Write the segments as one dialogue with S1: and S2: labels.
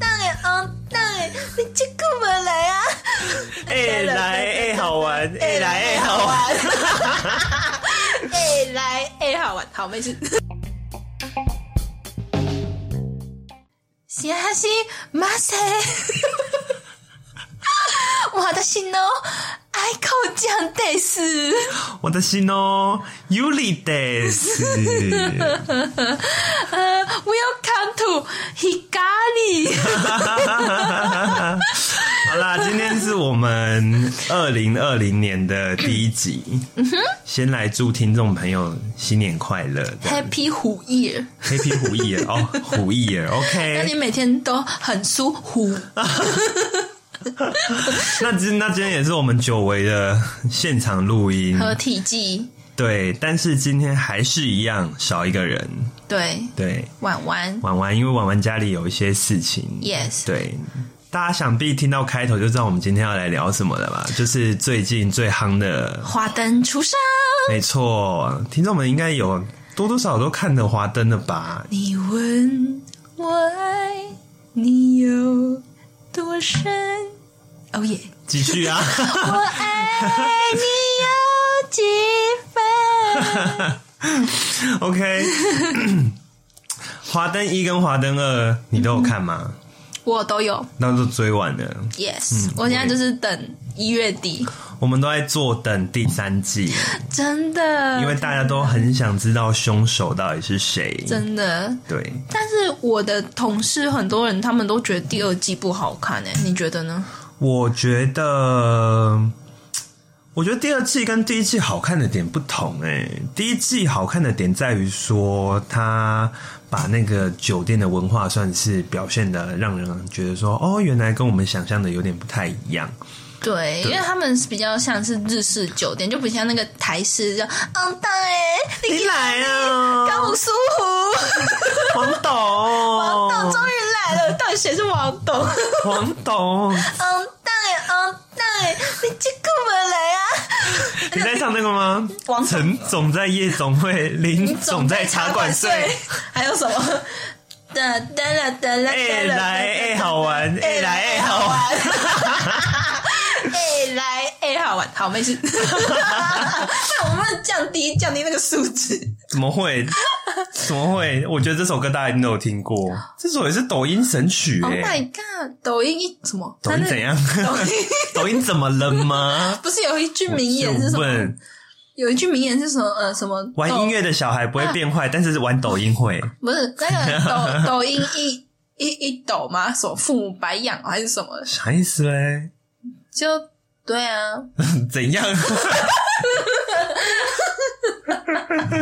S1: 大脸啊，大脸，你这干嘛来啊？
S2: 哎、来哎、好玩，哎、来哎、好玩。
S1: 哎来哎好玩，好没 事。西哈西马塞， 我的心哦，爱口酱得是。
S2: 我的心哦，Yuli des，
S1: 呃，Welcome to Higari。
S2: 好啦，今天是我们二零二零年的第一集，先来祝听众朋友新年快乐这样
S1: Happy 虎 year，
S2: 黑皮虎一眼 哦，虎一眼
S1: 那你
S2: ，OK，
S1: 每天都很舒服。
S2: 那今那今天也是我们久违的现场录音，
S1: 合体技，
S2: 对，但是今天还是一样少一个人，
S1: 对，
S2: 对，
S1: 婉婉
S2: 婉婉，因为婉婉家里有一些事情
S1: ，yes，
S2: 对，大家想必听到开头就知道我们今天要来聊什么了吧？就是最近最夯的，
S1: 花灯初上，
S2: 没错，听众们应该有多多少少都看的《华灯》了吧？
S1: 你问我爱你有多深？哦耶，
S2: 继 续啊，
S1: 我爱你有几分？
S2: OK，《华灯一》跟《华灯二》你都有看
S1: 嗯
S2: 吗？
S1: 我都有
S2: 那都追完了，
S1: ，yes，、我
S2: 嗯
S1: 现在就是等一月底，
S2: 我们都在坐等第三季，
S1: 真的，
S2: 因为大家都很想知道凶手到底是谁。
S1: 真的。
S2: 对，
S1: 但是我的同事很多人，他们都觉得第二季不好看诶、欸
S2: 嗯
S1: 你觉得呢？
S2: 我觉得，我觉得第二季跟第一季好看的点不同诶、第一季好看的点在于说，他把那个酒店的文化算是表现的让人觉得说，哦，原来跟我们想象的有点不太一样。
S1: 对，因为他们是比较像是日式酒店，就不像那个台式叫嗯当哎，
S2: 你
S1: 你
S2: 来啊，
S1: 好舒服，
S2: 黄董，
S1: 王
S2: 黄
S1: 董终于来了，到底谁是王董？嗯
S2: 黄董，
S1: 当哎，嗯当哎，你这干嘛来啊？
S2: 你在唱那个吗
S1: 王？董
S2: 陈总在夜总会，林总在茶馆 睡。，
S1: 还有什么？哒哒啦哒啦
S2: 哎、
S1: 哒啦，
S2: 来哎、好玩，哎、来哎、好玩。
S1: 玩，哎来哎好玩，好没事。那我们降低降低那个数值，
S2: 怎么会？怎么会？我觉得这首歌大家一定都有听过，这首也是抖音神曲
S1: Oh
S2: 哎、
S1: my god！抖音一什么？
S2: 抖音怎样？
S1: 抖音
S2: 抖音怎么了吗？
S1: 不是有一句名言是什
S2: 就
S1: 么？
S2: 问
S1: 有一句名言是什么？呃，什么？
S2: 玩音乐的小孩不会变坏，但是玩抖音会。
S1: 抖不是那个抖抖音一一一抖吗？什么父母白养还是什么？
S2: 啥意思嘞？
S1: 就对啊，
S2: 怎样？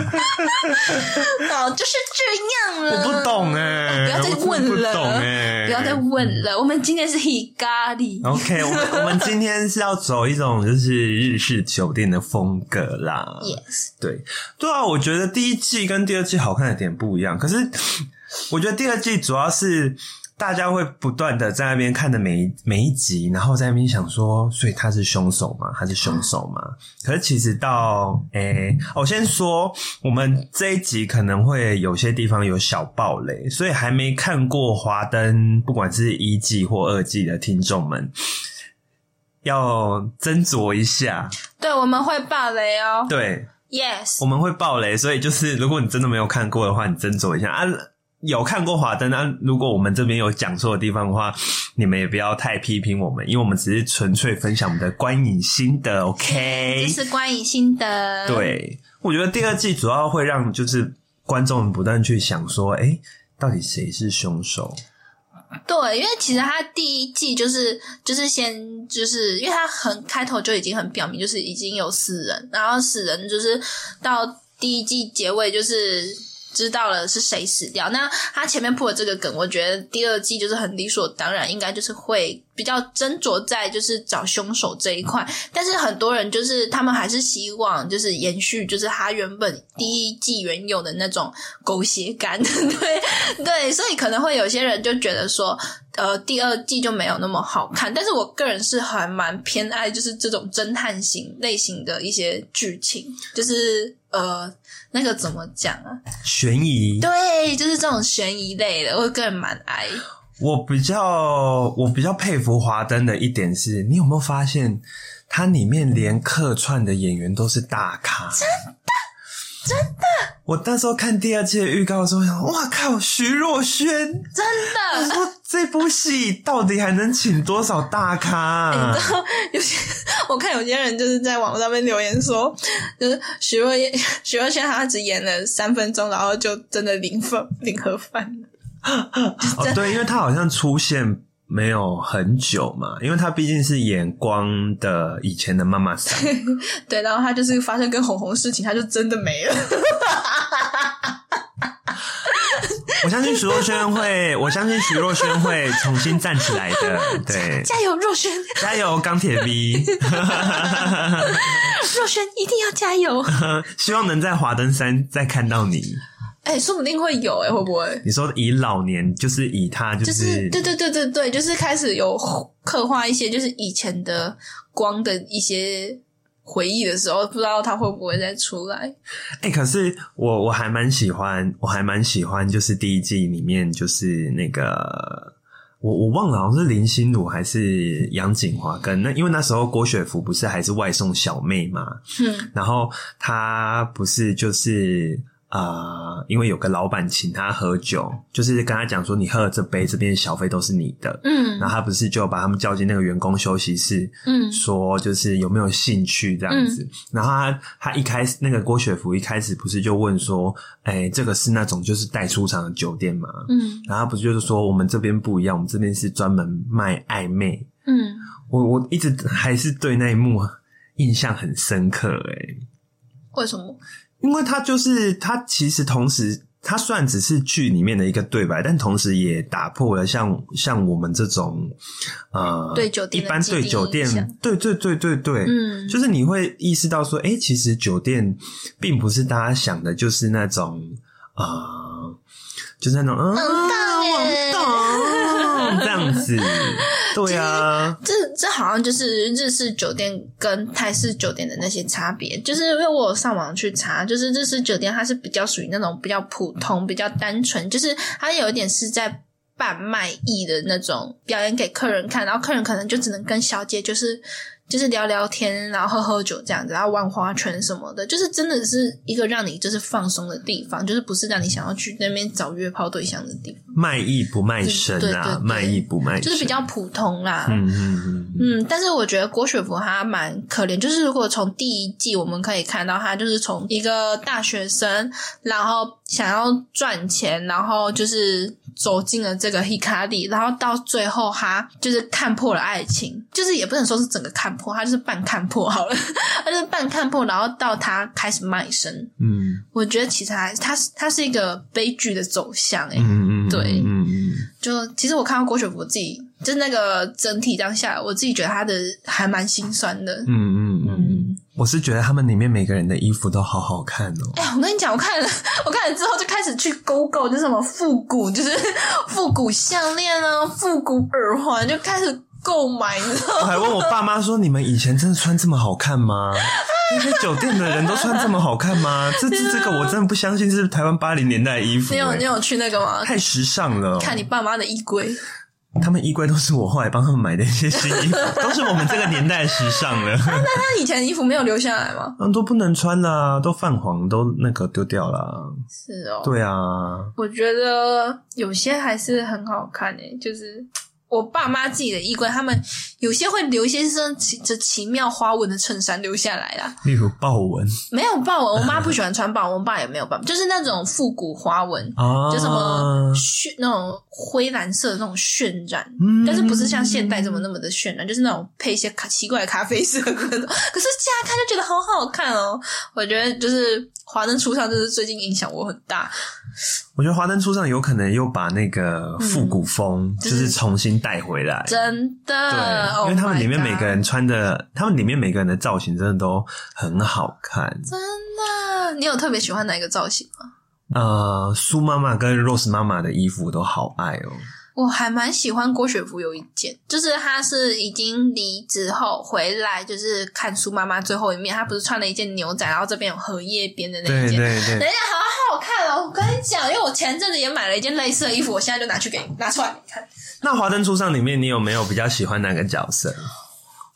S1: 哦，就是这样
S2: 我
S1: 了。
S2: 不懂哎、
S1: 不要再
S2: 我真的
S1: 问了
S2: 不懂哎、
S1: 不要再问了。我们今天是 Higari，
S2: OK，我们我们今天是要走一种就是日式酒店的风格啦。
S1: Yes，
S2: 对，对啊，我觉得第一季跟第二季好看的点不一样，可是我觉得第二季主要是大家会不断的在那边看的每一每一集，然后在那边想说，所以他是凶手吗？他是凶手吗？可是其实到诶、我先说，我们这一集可能会有些地方有小暴雷，所以还没看过《华灯》，不管是一季或二季的听众们。要斟酌一下，
S1: 对，我们会爆雷哦。
S2: 对，
S1: Yes，
S2: 我们会爆雷，所以就是如果你真的没有看过的话，你斟酌一下啊。有看过《华灯》啊，如果我们这边有讲错的地方的话，你们也不要太批评我们，因为我们只是纯粹分享我们的观影心得，OK？
S1: 这是关于心得。，
S2: 对，我觉得第二季主要会让就是观众们不断去想说，哎、到底谁是凶手？
S1: 对，因为其实他第一季就是就是先就是，因为他很开头就已经很表明，就是已经有死人，然后死人就是到第一季结尾就是知道了是谁死掉。那他前面铺的这个梗，我觉得第二季就是很理所当然，应该就是会比较斟酌在就是找凶手这一块，但是很多人就是他们还是希望就是延续就是他原本第一季原有的那种狗血感， 对对，所以可能会有些人就觉得说，呃，第二季就没有那么好看，但是我个人是还蛮偏爱就是这种侦探型类型的一些剧情，就是呃那个怎么讲啊？
S2: 悬疑。
S1: 对，就是这种悬疑类的，我个人蛮爱。
S2: 我比较我比较佩服华灯的一点是，你有没有发现它里面连客串的演员都是大咖？真的，真的。我那时候看第二季的预告的时候，我想，哇靠，徐若瑄，
S1: 真的，
S2: 说这部戏到底还能请多少大咖、啊？
S1: 有些我看有些人就是在网上面留言说，就是徐若瑄，徐若瑄她只演了三分钟，然后就真的零分零盒饭了。
S2: 哦，对，因为他好像出现没有很久嘛，因为他毕竟是演光的以前的妈妈桑，
S1: 对，然后她就是发生跟红红事情，她就真的没了。
S2: 我相信徐若瑄会，我相信徐若瑄会重新站起来的。对，
S1: 加油，若瑄，
S2: 加油，钢铁 V！
S1: 若瑄一定要加油！
S2: 希望能在华灯山 再看到你。
S1: 哎、说不定会有哎、会不会？
S2: 你说以老年，就是以他，就
S1: 就是
S2: 是
S1: 对对对对对，就是开始有刻画一些就是以前的光的一些回忆的时候，不知道他会不会再出来。
S2: 哎、可是我我还蛮喜欢，我还蛮喜欢，就是第一季里面就是那个。我我忘了，好像是林心如还是杨锦华跟那，因为那时候郭雪芙不是还是外送小妹嘛，
S1: 嗯，
S2: 然后她不是就是呃，因为有个老板请她喝酒，就是跟她讲说你喝了这杯，这边的小费都是你的，
S1: 嗯
S2: 然后她不是就把他们叫进那个员工休息室，
S1: 嗯
S2: 说就是有没有兴趣这样子。然后他他一开始那个郭雪芙一开始不是就问说，哎、这个是那种就是带出厂的酒店吗？
S1: 嗯
S2: 然后他不是就是说我们这边不一样，我们这边是专门卖暧昧。
S1: 嗯，
S2: 我我一直还是对那一幕印象很深刻、欸诶
S1: 为什么？
S2: 因为他就是他其实同时。他虽然只是剧里面的一个对白，但同时也打破了像像我们这种呃
S1: 对酒店
S2: 一
S1: 的
S2: 般对
S1: 既定
S2: 酒
S1: 印
S2: 店
S1: 象，
S2: 对对对对对，
S1: 嗯，
S2: 就是你会意识到说，哎、其实酒店并不是大家想的，就是那种啊、呃就是那种嗯，
S1: 大耶
S2: 王道这样子，对啊，
S1: 这这好像就是日式酒店跟泰式酒店的那些差别，就是因为我有上网去查，就是日式酒店它是比较属于那种比较普通、比较单纯，就是它有一点是在办卖艺的那种表演给客人看，然后客人可能就只能跟小姐就是就是聊聊天，然后喝喝酒这样子，然后玩花圈什么的，就是真的是一个让你就是放松的地方，就是不是让你想要去那边找约炮对象的地方，
S2: 卖艺不卖身
S1: 对对对
S2: 啊，
S1: 对
S2: 卖艺不卖身，
S1: 就是比较普通啦。
S2: 嗯嗯嗯嗯，
S1: 嗯，但是我觉得郭雪芙她蛮可怜，就是如果从第一季我们可以看到，她就是从一个大学生，然后想要赚钱，然后就是走进了这个 Hikari，然后到最后她就是看破了爱情，就是也不能说是整个看破，她就是半看破好了，她就是半看破，然后到她开始卖身，
S2: 嗯
S1: 我觉得其实还她是她是一个悲剧的走向、欸，
S2: 嗯嗯嗯，
S1: 对
S2: 嗯嗯，
S1: 就其实我看到郭雪芙自己，就是那个整体当下，我自己觉得她的还蛮心酸的。
S2: 嗯嗯嗯嗯，我是觉得他们里面每个人的衣服都好好看哦，
S1: 哎、呀，我跟你讲，我看了，我看了之后就开始去 Google，就是什么复古，就是复古项链啊，复古耳环，就开始购买，你知道吗
S2: 我还问我爸妈说：“你们以前真的穿这么好看吗？那些酒店的人都穿这么好看吗？”这这这个我真的不相信，是台湾八零年代的衣服、
S1: 你有
S2: 欸
S1: 你有去那个吗？
S2: 太时尚了。
S1: 看你爸妈的衣柜，
S2: 他们衣柜都是我后来帮他们买的一些新衣服，都是我们这个年代的时尚了，
S1: 那以前的衣服没有留下来吗？
S2: 嗯，都不能穿啦，都泛黄，都那个丢掉啦。
S1: 是哦，
S2: 对啊，
S1: 我觉得有些还是很好看诶、就是我爸妈自己的衣柜，他们有些会留一些这奇这奇妙花纹的衬衫留下来啦。
S2: 例如豹纹
S1: 没有豹纹，我妈不喜欢穿豹纹，我爸也没有豹纹， 就是那种复古花纹，
S2: 啊，
S1: 就什么渲那种灰蓝色的那种渲染。
S2: 嗯
S1: 但是不是像现代这么那么的渲染，就是那种配一些 咖奇怪的咖啡色的那种。可是现在看就觉得好好看哦，我觉得就是华灯初上》就是最近影响我很大。
S2: 我觉得《华灯初上》有可能又把那个复古风
S1: 嗯就
S2: 就是是重新带回来，
S1: 真的，
S2: 对，因为他
S1: Oh my
S2: 们里面每个
S1: God
S2: 人穿的，他们里面每个人的造型真的都很好看。
S1: 真的，啊你有特别喜欢哪一个造型吗？
S2: 呃，苏妈妈跟 Rose 妈妈的衣服都好爱哦。
S1: 我还蛮喜欢郭雪芙有一件，就是她是已经离职后回来，就是看苏妈妈最后一面，她不是穿了一件牛仔，然后这边有荷叶边的那一
S2: 对
S1: 件。
S2: 对
S1: 等
S2: 对，
S1: 一下，好好看哦！我跟你讲，因为我前阵子也买了一件类似的衣服，我现在就拿去给你拿出来给你看。
S2: 那《华灯初上》里面你有没有比较喜欢哪个角色？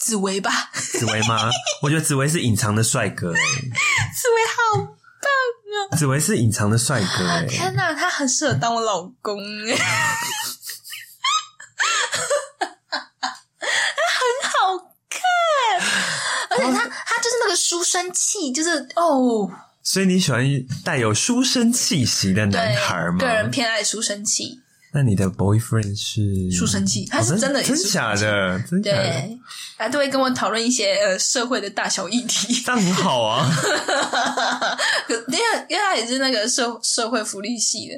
S1: 紫薇吧，
S2: 紫薇吗？我觉得紫薇是隐藏的帅哥、 欸，
S1: 紫薇好，
S2: 紫薇是隐藏的帅哥、欸，
S1: 天哪，她很适合当我老公哎， 她很好看，而且她她就是那个书生气，就是哦，
S2: 所以你喜欢带有书生气息的
S1: 对
S2: 男孩，吗
S1: 个？人偏爱书生气，
S2: 那你的 boyfriend 是
S1: 书生气，他
S2: 哦
S1: 是
S2: 真
S1: 真的也
S2: 真
S1: 是
S2: 假哎的，真假的，
S1: 对，他都会跟我讨论一些呃社会的大小议题，
S2: 这样很好啊。
S1: 可因为因为他也是那个社社会福利系的，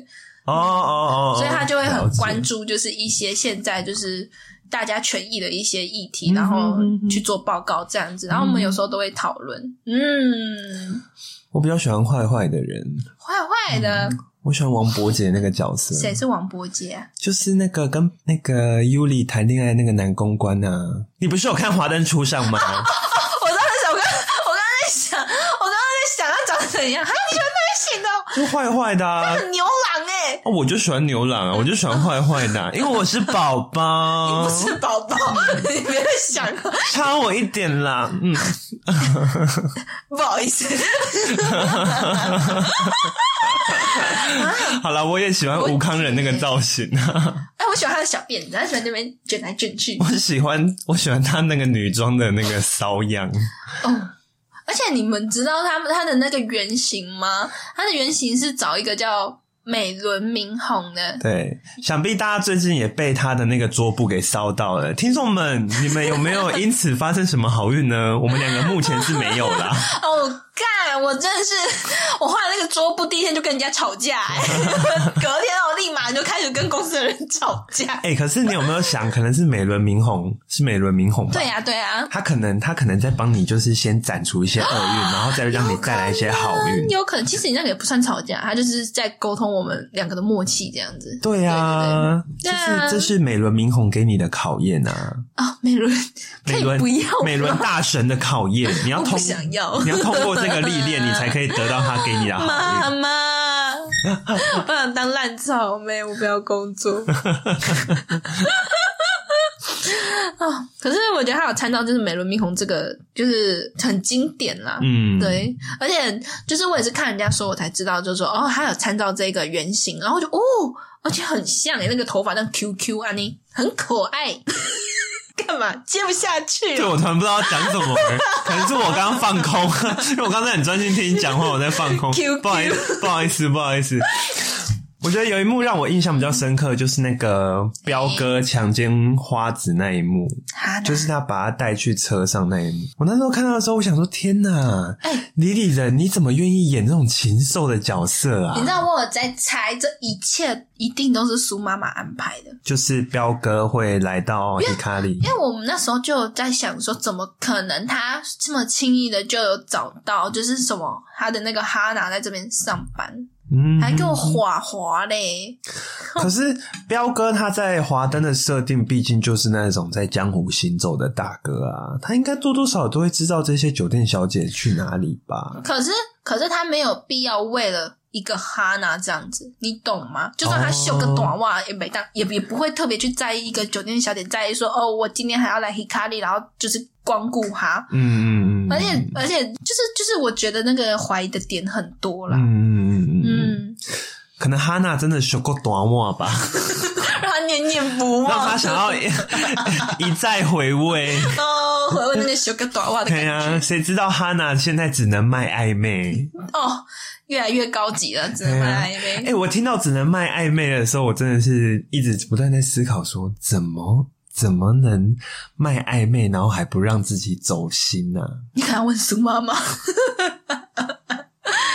S2: 哦哦哦，
S1: 所以他就会很关
S2: 注。
S1: 注，就是一些现在就是大家权益的一些议
S2: 嗯
S1: 题，
S2: 哼
S1: 然后
S2: 嗯哼
S1: 去做报告这样子。然后我们有时候都会讨论，嗯，
S2: 我比较喜欢坏坏的人，
S1: 坏坏的，
S2: 我喜欢王伯杰那个角色，
S1: 谁是王伯杰啊？
S2: 就是那个跟那个尤里谈恋爱那个男公关啊。你不是有看《华灯初上》 吗？
S1: 我刚才想，我刚我刚才在想，我刚才在想他长得怎样？还有你喜欢那型的哦，
S2: 就坏坏的、啊。
S1: 很牛郎哎、
S2: 哦，我就喜欢牛郎啊，我就喜欢坏坏 的啊、因为我是宝宝，
S1: 不是宝宝，你别再想了，
S2: 差我一点啦。嗯，
S1: 不好意思，
S2: 好了，我也喜欢吴康仁那个造型啊，
S1: 哎，我喜欢他的小辫子，他喜欢那边卷来卷去
S2: 我。喜欢我喜欢他那个女装的那个骚样。
S1: 哦，而且你们知道他们他的那个原型吗？他的原型是找一个叫美轮明宏的，
S2: 对，想必大家最近也被他的那个桌布给骚到了。听众们，你们有没有因此发生什么好运呢？我们两个目前是没有 啦。
S1: 哦，干！我真的是， 我画那个桌布第一天就跟人家吵架、 哎隔天我立马就开始跟公司的人吵架。
S2: 哎、可是你有没有想，可能是美轮明宏，是美轮明宏吧？
S1: 对呀、对啊呀、
S2: 他可能他可能在帮你，就是先斩除一些厄运，然后再让你带来一些好
S1: 嗯，。
S2: 运
S1: 有可能，其实你那个也不算吵架，他就是在沟通我们两个的默契这样子。
S2: 对啊，
S1: 对对对
S2: 就是
S1: 对啊
S2: 这是美轮明宏给你的考验啊，
S1: 啊，美轮，可
S2: 美
S1: 以
S2: 轮
S1: 不要吗
S2: 美轮大神的考验，你 要
S1: 我不
S2: 通
S1: 想要
S2: 你要通过这个历练，你才可以得到他给你的好运
S1: 妈。妈，我不想当烂草莓，我不要工作。 啊、可是我觉得他有参照，就是美轮明宏这个，就是很经典啦。
S2: 嗯，
S1: 对，而且就是我也是看人家说，我才知道，就是说哦，他有参照这个原型，然后我就哦，而且很像欸诶，那个头发像 QQ 啊，你很可爱。 干嘛接不下去 啊
S2: 对，
S1: 了？
S2: 我突然不知道讲什么、欸，可能是我刚刚放空， 因为我刚才很专心听你讲话，我在放空
S1: QQ，
S2: 不好意思，不好意思，不好意思。我觉得有一幕让我印象比较深刻，就是那个彪哥强奸花子那一幕，
S1: 啊
S2: 就是他把他带去车上那一幕。我那时候看到的时候，我想说：天哪
S1: 哎，
S2: 李李人，你怎么愿意演这种禽兽的角色
S1: 你
S2: 啊
S1: 知？道我有在猜，这一切一定都是苏妈妈安排的。
S2: 就是彪哥会来到伊卡里
S1: 因，为我们那时候就有在想说，怎么可能他这么轻易的就有找到，就是什么他的那个哈娜在这边上班，
S2: 嗯，
S1: 还给我滑滑嘞，
S2: 可是彪哥他在华灯的设定，毕竟就是那种在江湖行走的大哥啊，他应该多多少少都会知道这些酒店小姐去哪里吧？
S1: 可是可是他没有必要为了。一个哈娜这样子，你懂吗？就算他绣个短袜也没当，也也不会特别去在意一个酒店小姐在意说哦，我今天还要来 Hikari，然后就是光顾他。
S2: 嗯嗯嗯，
S1: 而且而且就是就是，我觉得那个怀疑的点很多啦。
S2: 嗯嗯嗯嗯，
S1: 嗯，
S2: 可能哈娜真的学过短袜吧，
S1: 让他念念不忘，
S2: 让他 想要一再回味。
S1: 哦，回味那个修个短袜的
S2: 对
S1: 感
S2: 呀、啊，谁知道哈娜现在只能卖暧昧？
S1: 觉哦，越来越高级了，只能卖暧昧。
S2: 哎、我听到只能卖暧昧的时候，我真的是一直不断在思考说，怎么怎么能卖暧昧，然后还不让自己走心呢、啊
S1: 你可能要问苏妈妈，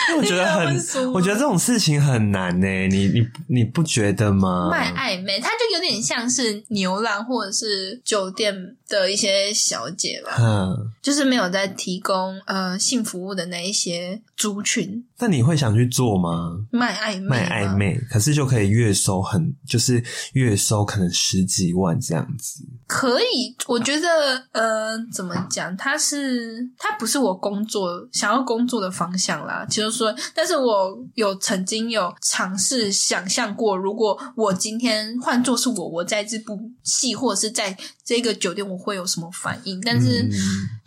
S2: 因为我觉得很
S1: 温俗，
S2: 我觉得这种事情很难呢、你你你不觉得吗？
S1: 卖暧昧，它就有点像是牛郎或者是酒店的一些小姐吧，
S2: 嗯，
S1: 就是没有在提供呃性服务的那一些族群
S2: 那你会想去做吗？
S1: 卖暧昧，
S2: 卖暧，昧，可是就可以月收很，就是月收可能十几万这样子。
S1: 可以，我觉得呃怎么讲，它是它不是我工作想要工作的方向啦，就是说，但是我有曾经有尝试想象过，如果我今天换做是我，我在这部戏或者是在这个酒店，我会有什么反应，但是。
S2: 嗯、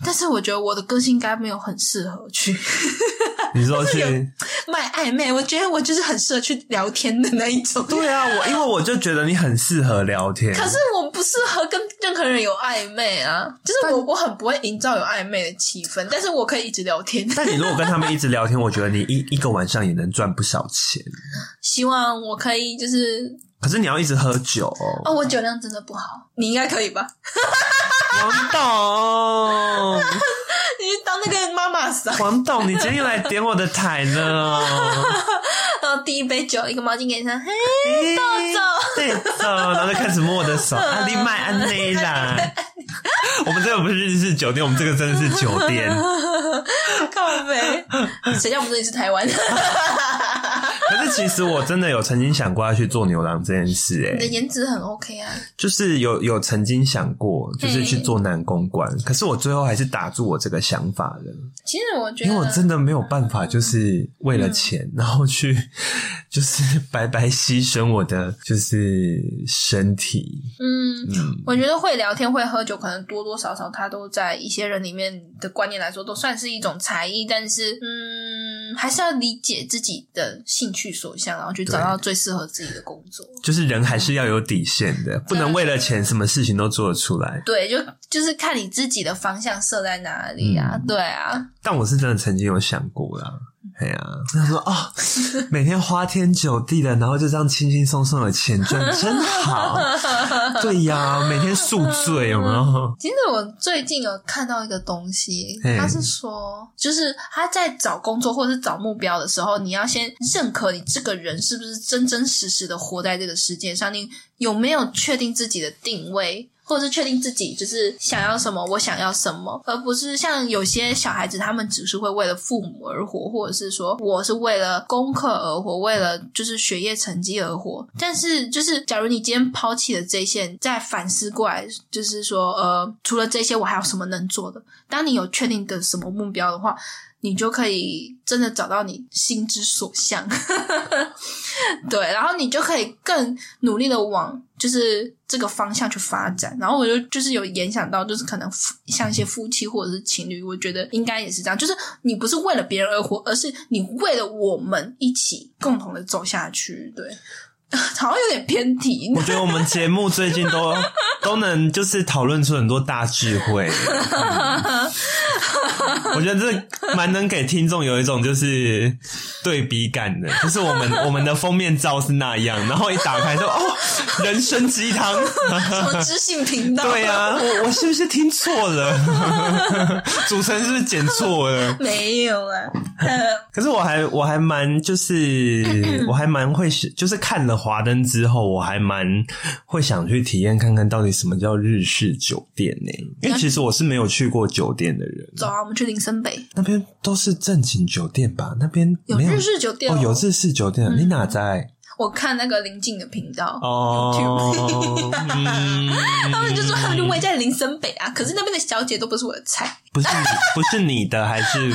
S1: 但是我觉得我的个性应该没有很适合去
S2: 你说去，
S1: 卖暧昧，我觉得我就是很适合去聊天的那一种。
S2: 对啊，我因为我就觉得你很适合聊天，
S1: 可是我不适合跟任何人有暧昧啊，就是我我很不会营造有暧昧的气氛，但是我可以一直聊天。
S2: 但你如果跟他们一直聊天，我觉得你一一个晚上也能赚不少钱。
S1: 希望我可以就是
S2: 可是你要一直喝酒哦，
S1: 哦，我酒量真的不好，你应该可以吧？
S2: 王董，
S1: 你当那个妈妈桑，
S2: 王董，你今天又来点我的台了哦，
S1: 然后第一杯酒一个毛巾给你， 嘿，
S2: 豆
S1: 走，
S2: 对走，然后就开始摸我的 手，啊阿丽麦安内啦。我们这个不是日式酒店，我们这个真的是酒店。
S1: 靠杯，谁叫我们这里是台湾？
S2: 可是其实我真的有曾经想过要去做牛郎这件事、
S1: 你的
S2: 哎，
S1: 颜值很 OK 啊，
S2: 就是有有曾经想过，就是去做男公关，可是我最后还是打住我这个想法了。
S1: 其实我觉得
S2: 因为我真的没有办法，就是为了钱，然后去就是白白牺牲我的就是身体。
S1: 嗯，
S2: 嗯，
S1: 我觉得会聊天、会喝酒，可能多多少少他都在一些人里面的观念来说，都算是一种才艺。但是，嗯，还是要理解自己的兴趣所向，然后去找到最适合自己的工作。
S2: 就是人还是要有底线的，不能为了钱什么事情都做得出来。
S1: 对，就就是看你自己的方向设在哪里啊。对啊，
S2: 但我是真的曾经有想过啦。哎呀、我想说哦，每天花天酒地的，然后就这样轻轻松松的钱赚，真好。对呀、每天宿醉有没有？
S1: 其实我最近有看到一个东西，
S2: 嘿
S1: 他是说，就是他在找工作或者是找目标的时候，你要先认可你这个人是不是真真实实的活在这个世界上，你有没有确定自己的定位。或者是确定自己就是想要什么，我想要什么，而不是像有些小孩子，他们只是会为了父母而活，或者是说我是为了功课而活，为了就是学业成绩而活。但是就是，假如你今天抛弃了这些，你再反思过来，就是说，呃，除了这些，我还有什么能做的？当你有确定的什么目标的话，你就可以真的找到你心之所向， 对，然后你就可以更努力的往就是这个方向去发展。然后我就就是有联想到，就是可能夫像一些夫妻或者是情侣，我觉得应该也是这样，就是你不是为了别人而活，而是你为了我们一起共同的走下去。对， 好像有点偏题，
S2: 我觉得我们节目最近都都能就是讨论出很多大智慧。我觉得这蛮能给听众有一种就是对比感的，就是我们我们的封面照是那样，然后一打开说哦，人生鸡汤。
S1: 什么知性频道？
S2: 对啊呀、我我是不是听错了？ 主持人是不是剪错了？
S1: 没有啊，呃，
S2: 可是我还我还 蛮就是我还蛮会是就是看了《华灯》之后，我还蛮会想去体验看看到底什么叫日式酒店呢、因为其实我是没有去过酒店的人，
S1: 走啊，我们去林森北
S2: 那边都是正经酒店吧？那边
S1: 有
S2: 没有
S1: 日式酒店嗯
S2: 哦，有日式酒店，你哪在？
S1: 我看那个林静的频道，
S2: 哦，嗯，
S1: 他们就说他们就位在林森北啊，可是那边的小姐都不是我的菜，
S2: 不是你，不是你的，还是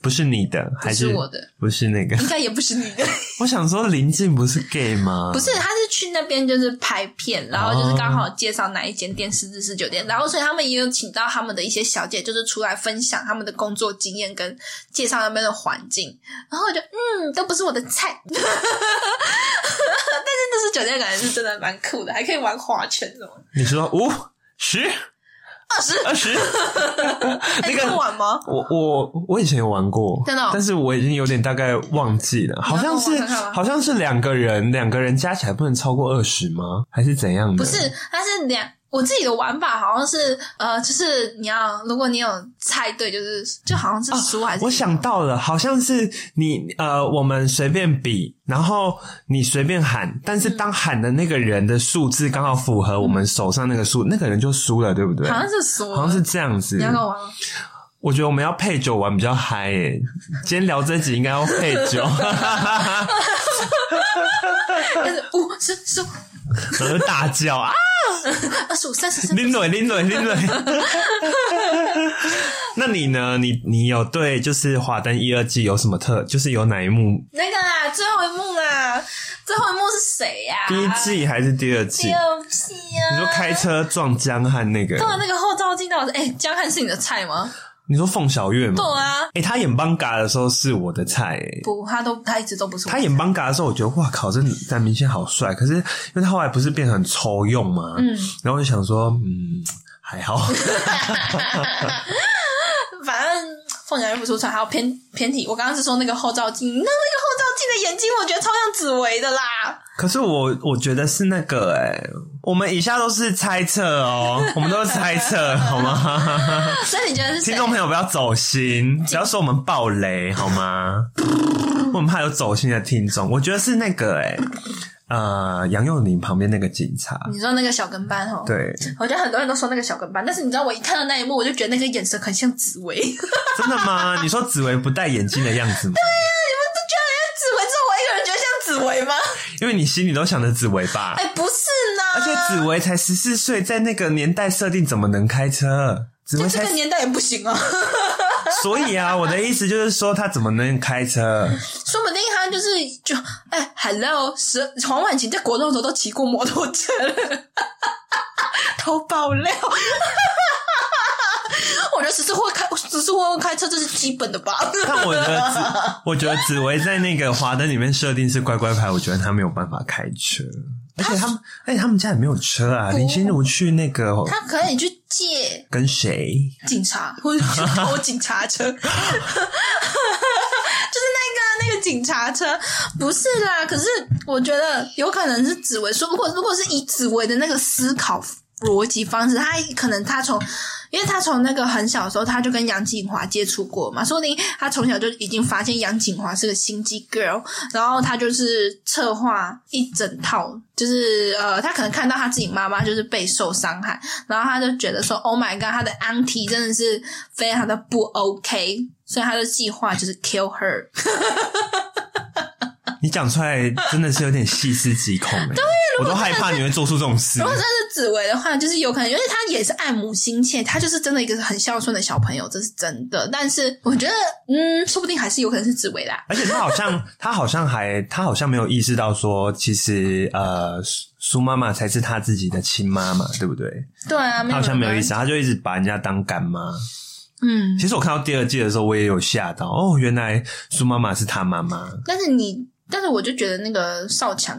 S2: 不是 你的，还
S1: 不是我的，
S2: 不是那个。
S1: 应该也不是你的，
S2: 我想说，林静不是 gay 吗？
S1: 不是，他是去那边就是拍片，然后就是刚好介绍哪一间店是日式酒店，然后所以他们也有请到他们的一些小姐，就是出来分享他们的工作经验跟介绍那边的环境，然后我就嗯，都不是我的菜， 但是日式酒店感觉是真的蛮酷的，还可以玩划拳什么的，
S2: 你说哦五十
S1: 二十，
S2: 二十，
S1: 哎
S2: 那
S1: 你会
S2: 个
S1: 玩吗？
S2: 我我我以前有玩过，
S1: 真的哦
S2: 但是我已经有点大概忘记了，好像
S1: 你
S2: 是
S1: 要跟我玩看看吗
S2: 好像是两个人，两个人加起来不能超过二十吗？还是怎样的？
S1: 不是，它是两我自己的玩法好像是呃，就是你要如果你有猜对，就是就好像是输还是、
S2: 我想到了，好像是你呃，我们随便比，然后你随便喊，但是当喊的那个人的数字刚好符合我们手上那个数，那个人就输了，对不对？
S1: 好像是输，
S2: 好像是这样子
S1: 你。要跟我玩吗？
S2: 我觉得我们要配酒玩比较嗨耶、今天聊这集应该要配 酒，
S1: 但是五十十五
S2: 然后大叫啊！
S1: 二十五三十三，
S2: 林蕊，林蕊，林蕊。 那你呢？你你有对就是《华灯一二季》有什么特？就是有哪一幕？
S1: 那个啦，最后一幕啦，最后一幕是谁呀、
S2: 第一季还是第二季？
S1: 第二季啊，
S2: 你说开车撞江汉那个？
S1: 对啊那个后照镜到底是，哎、江汉是你的菜吗？
S2: 你说凤小岳吗？
S1: 对啊，
S2: 哎、他演邦嘎的时候是我的菜、欸。
S1: 不，他都他一直都不是我
S2: 他演邦嘎的时候，我觉得哇靠，这男明星好帅。可是因为他后来不是变成很抽用吗？
S1: 嗯，
S2: 然后我就想说，嗯，还好。
S1: 反正凤小岳不出彩，还有偏偏体。我刚刚是说那个后照镜，那那个后照镜的眼睛，我觉得超像紫薇的啦。
S2: 可是我我觉得是那个哎、我们以下都是猜测哦，我们都是猜测，好吗？
S1: 所以你觉得是谁
S2: 听？众朋友不要走心，不要说我们爆雷好吗？我们还有走心的听众，我觉得是那个哎、呃，杨佑宁旁边那个警察，
S1: 你说那个小跟班哦？。
S2: 对，
S1: 我觉得很多人都说那个小跟班，但是你知道我一看到那一幕，我就觉得那个眼神很像紫薇， 就觉得
S2: 真的吗？你说紫薇不戴眼镜的样子吗？
S1: 紫薇只有我一个人觉得像紫薇吗？
S2: 因为你心里都想着紫薇吧
S1: 哎、，不是 呢，
S2: 而且紫薇才十四岁，在那个年代设定怎么能开车？紫薇
S1: 在
S2: 才
S1: 这个，年代也不行啊，
S2: 所以啊，我的意思就是说，她怎么能开车？
S1: 说不定他就是就哎、h e l l o 十黄婉晴在国中的时候都骑过摩托车了， 偷爆料。 我觉得只是会开，只是会开车，这是基本的吧。
S2: 但我觉得紫， 我觉得紫薇在那个华灯里面设定是乖乖牌，我觉得她没有办法开车，而且他们，而且他们家也没有车啊。林心如去那个
S1: 他可以去借
S2: 跟谁？
S1: 警察，或者去偷警察车，就是那个那个警察车，不是啦。可是我觉得有可能是紫薇说，如果如果是以紫薇的那个思考逻辑方式，他可能他从，因为他从那个很小的时候他就跟杨锦华接触过嘛，说不定他从小就已经发现杨锦华是个心机 girl，然后他就是策划一整套，就是呃，他可能看到他自己妈妈就是备受伤害，然后他就觉得说，Oh my god，他的 auntie 真的是非常的不 OK，所以他的计划就是 kill her。
S2: 你讲出来真的是有点细思极恐、 欸，对，我都害怕你会做出这种事
S1: 如。果真的是紫薇的话，就是有可能，因为他也是爱母心切，他就是真的一个很孝顺的小朋友，这是真的。但是我觉得，嗯，说不定还是有可能是紫薇啦。
S2: 而且她好 像，她好像还，她好像没有意识到说，其实呃，苏苏妈妈才是她自己的亲妈妈，对不对？
S1: 对啊，
S2: 她好像没有意识
S1: 思。
S2: 到，她就一直把人家当干妈。
S1: 嗯，
S2: 其实我看到第二季的时候，我也有吓到，哦，原来苏妈妈是她妈妈。
S1: 但是你，但是我就觉得那个少强，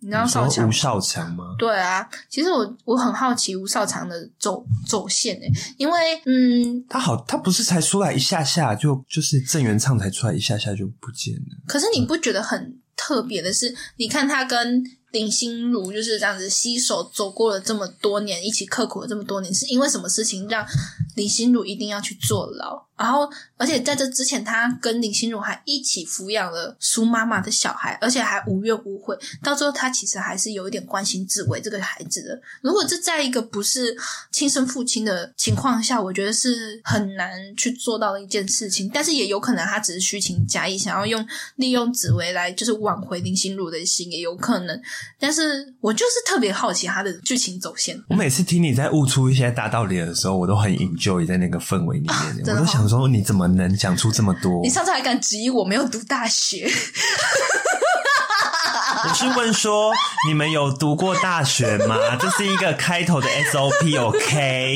S1: 你知道
S2: 你说
S1: 少强
S2: 吴
S1: 吗
S2: 少强吗？
S1: 对啊，其实我我很好奇吴少强的走走线诶、因为嗯，
S2: 他好，他不是才出来一下下就就是郑元畅才出来一下下就不见了。
S1: 可是你不觉得很特别的是，你看他跟林心如就是这样子携手走过了这么多年，一起刻苦了这么多年，是因为什么事情让林心如一定要去坐牢？然后，而且在这之前，他跟林心如还一起抚养了苏妈妈的小孩，而且还无怨无悔。到最后，他其实还是有一点关心紫薇这个孩子的。如果这在一个不是亲生父亲的情况下，我觉得是很难去做到的一件事情。但是也有可能他只是虚情假意，想要用利用紫薇来就是挽回林心如的心，也有可能。但是我就是特别好奇他的剧情走线。
S2: 我每次听你在悟出一些大道理的时候，我都很 enjoy 在那个氛围里 面，
S1: 真的
S2: 我都
S1: 哦
S2: 想说你怎么能讲出这么多
S1: 你？上次还敢质疑我没有读大学？
S2: 我是问说你们有读过大学吗？ 这是一个开头的 SOP，OK？、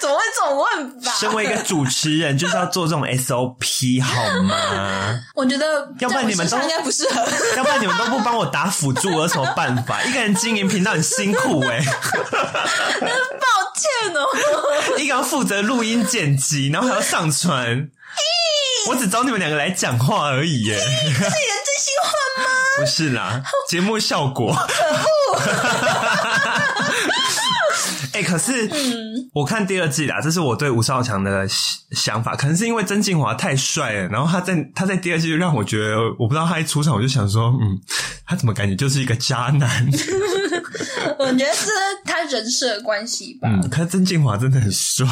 S1: 怎么会这种问法？
S2: 身为一个主持人，就是要做这种 SOP 好吗？
S1: 我觉得
S2: 要不然你们都
S1: 在我身上应该不 适合。
S2: 要不然你们都不帮我打辅助，我有什么办法？一个人经营频道很辛苦哎、
S1: 抱歉哦，
S2: 一个要负责录音剪辑，然后还要上传。我只找你们两个来讲话而已耶、
S1: 自己的真心话
S2: 不是啦，节目效果。哎、可是
S1: 嗯，
S2: 我看第二季啦，这是我对吴少强的想想法，可能是因为曾庆华太帅了，然后他在他在第二季就让我觉得，我不知道他一出场我就想说，嗯，他怎么感觉就是一个渣男？
S1: 我觉得是他人设的关系吧。
S2: 嗯，可是曾庆华真的 很帅，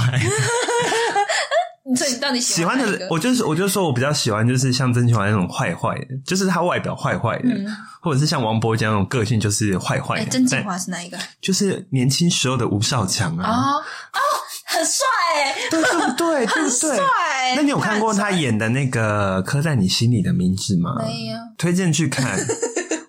S1: 所以你到底
S2: 喜
S1: 喜
S2: 欢
S1: 欢哪一
S2: 的
S1: 个
S2: 我就是我就说我比较喜欢就是像曾庆华那种坏坏的，就是他外表坏坏的，
S1: 嗯
S2: 或者是像王伯杰那种个性就是坏坏
S1: 哎，
S2: 的，
S1: 曾庆
S2: 但
S1: 华是哪一个？
S2: 就是年轻时候的吴少强啊，
S1: 哦哦，很帅哎，
S2: 对不对？对
S1: 很
S2: 不对？
S1: 帅。
S2: 那你有看过
S1: 很
S2: 他
S1: 帅？
S2: 演的那个《刻在你心里的名字》吗？
S1: 没有。
S2: 推荐 去看。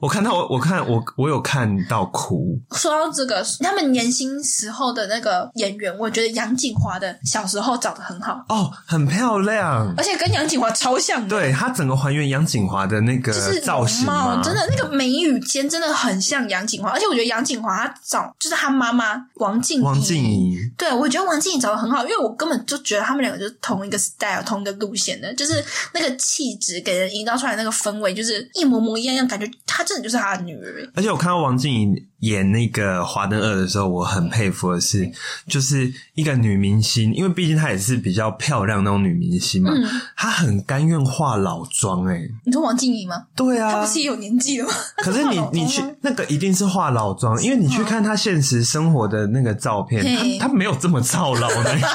S2: 我看到我我看我我有看到哭，
S1: 说到这个，他们年轻时候的那个演员，我觉得杨锦华的小时候长得很好，
S2: 哦，很漂亮。
S1: 而且跟杨锦华超像的。
S2: 对他整个还原杨景华的那个
S1: 就是
S2: 造型
S1: 容貌
S2: 嘛，
S1: 真的那个眉宇间真的很像杨锦华，而且我觉得杨锦华她长就是她妈妈王静怡
S2: 王静怡，
S1: 对，我觉得王静怡找的很好，因为我根本就觉得他们两个就是同一个 style、同一个路线的，就是那个气质给人营造出来那个氛围，就是一模模一样样，感觉她真的就是她的女儿。欸
S2: 而且我看到王静怡演那个《华灯二》的时候，我很佩服的是，
S1: 嗯
S2: 就是一个女明星，因为毕竟她也是比较漂亮那种女明星嘛，
S1: 嗯，
S2: 她很甘愿化老妆、欸，
S1: 你说王静怡吗？
S2: 对啊，
S1: 她不是也有年纪了吗？
S2: 可是你
S1: 化老妆啊
S2: 你
S1: 吗
S2: 去那个一定是化老妆，因为你去看他现实生活的那个照片，
S1: 嘿
S2: 他他没有这么操劳欸 呢。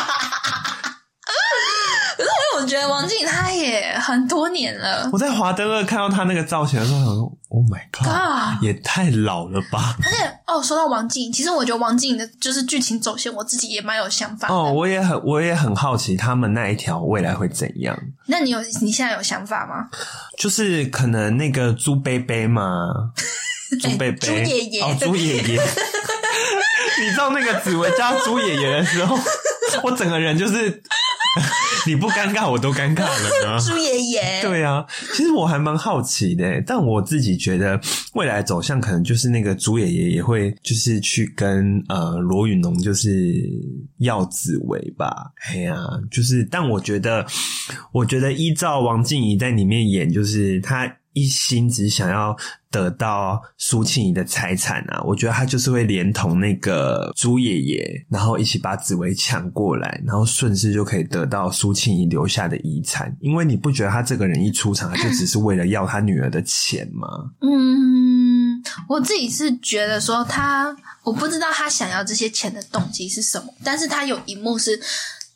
S1: 因为我觉得王静怡她也很多年了。
S2: 我在华灯二看到他那个造型的时候，我想说，Oh my god，
S1: God
S2: 也太老了 吧！
S1: 而且哦，说到王静怡，其实我觉得王静怡的就是剧情走线，我自己也蛮有想法的。
S2: 哦，我也很我也很好奇他们那一条未来会怎样。
S1: 那你有你现在有想法 吗？
S2: 就是可能那个猪贝 贝嘛，猪贝
S1: 哎
S2: 贝，
S1: 猪爷爷
S2: 哦，猪爷爷。 你知道那个紫薇加猪爷爷的时候，我整个人就是 你不尴尬我都尴尬了呢。
S1: 朱爷爷，
S2: 对啊，其实我还蛮好奇的欸，但我自己觉得未来走向可能就是那个朱爷爷也会就是去跟呃罗宇农就是要紫薇吧，哎呀、就是但我觉得，我觉得依照王静怡在里面演，就是她一心只想要。得到苏庆怡的财产啊，我觉得她就是会连同那个朱爷爷，然后一起把紫薇抢过来，然后顺势就可以得到苏庆怡留下的遗产。因为你不觉得他这个人一出场，他就只是为了要他女儿的钱吗？
S1: 嗯，我自己是觉得说他，我不知道他想要这些钱的动机是什么，但是他有一幕是，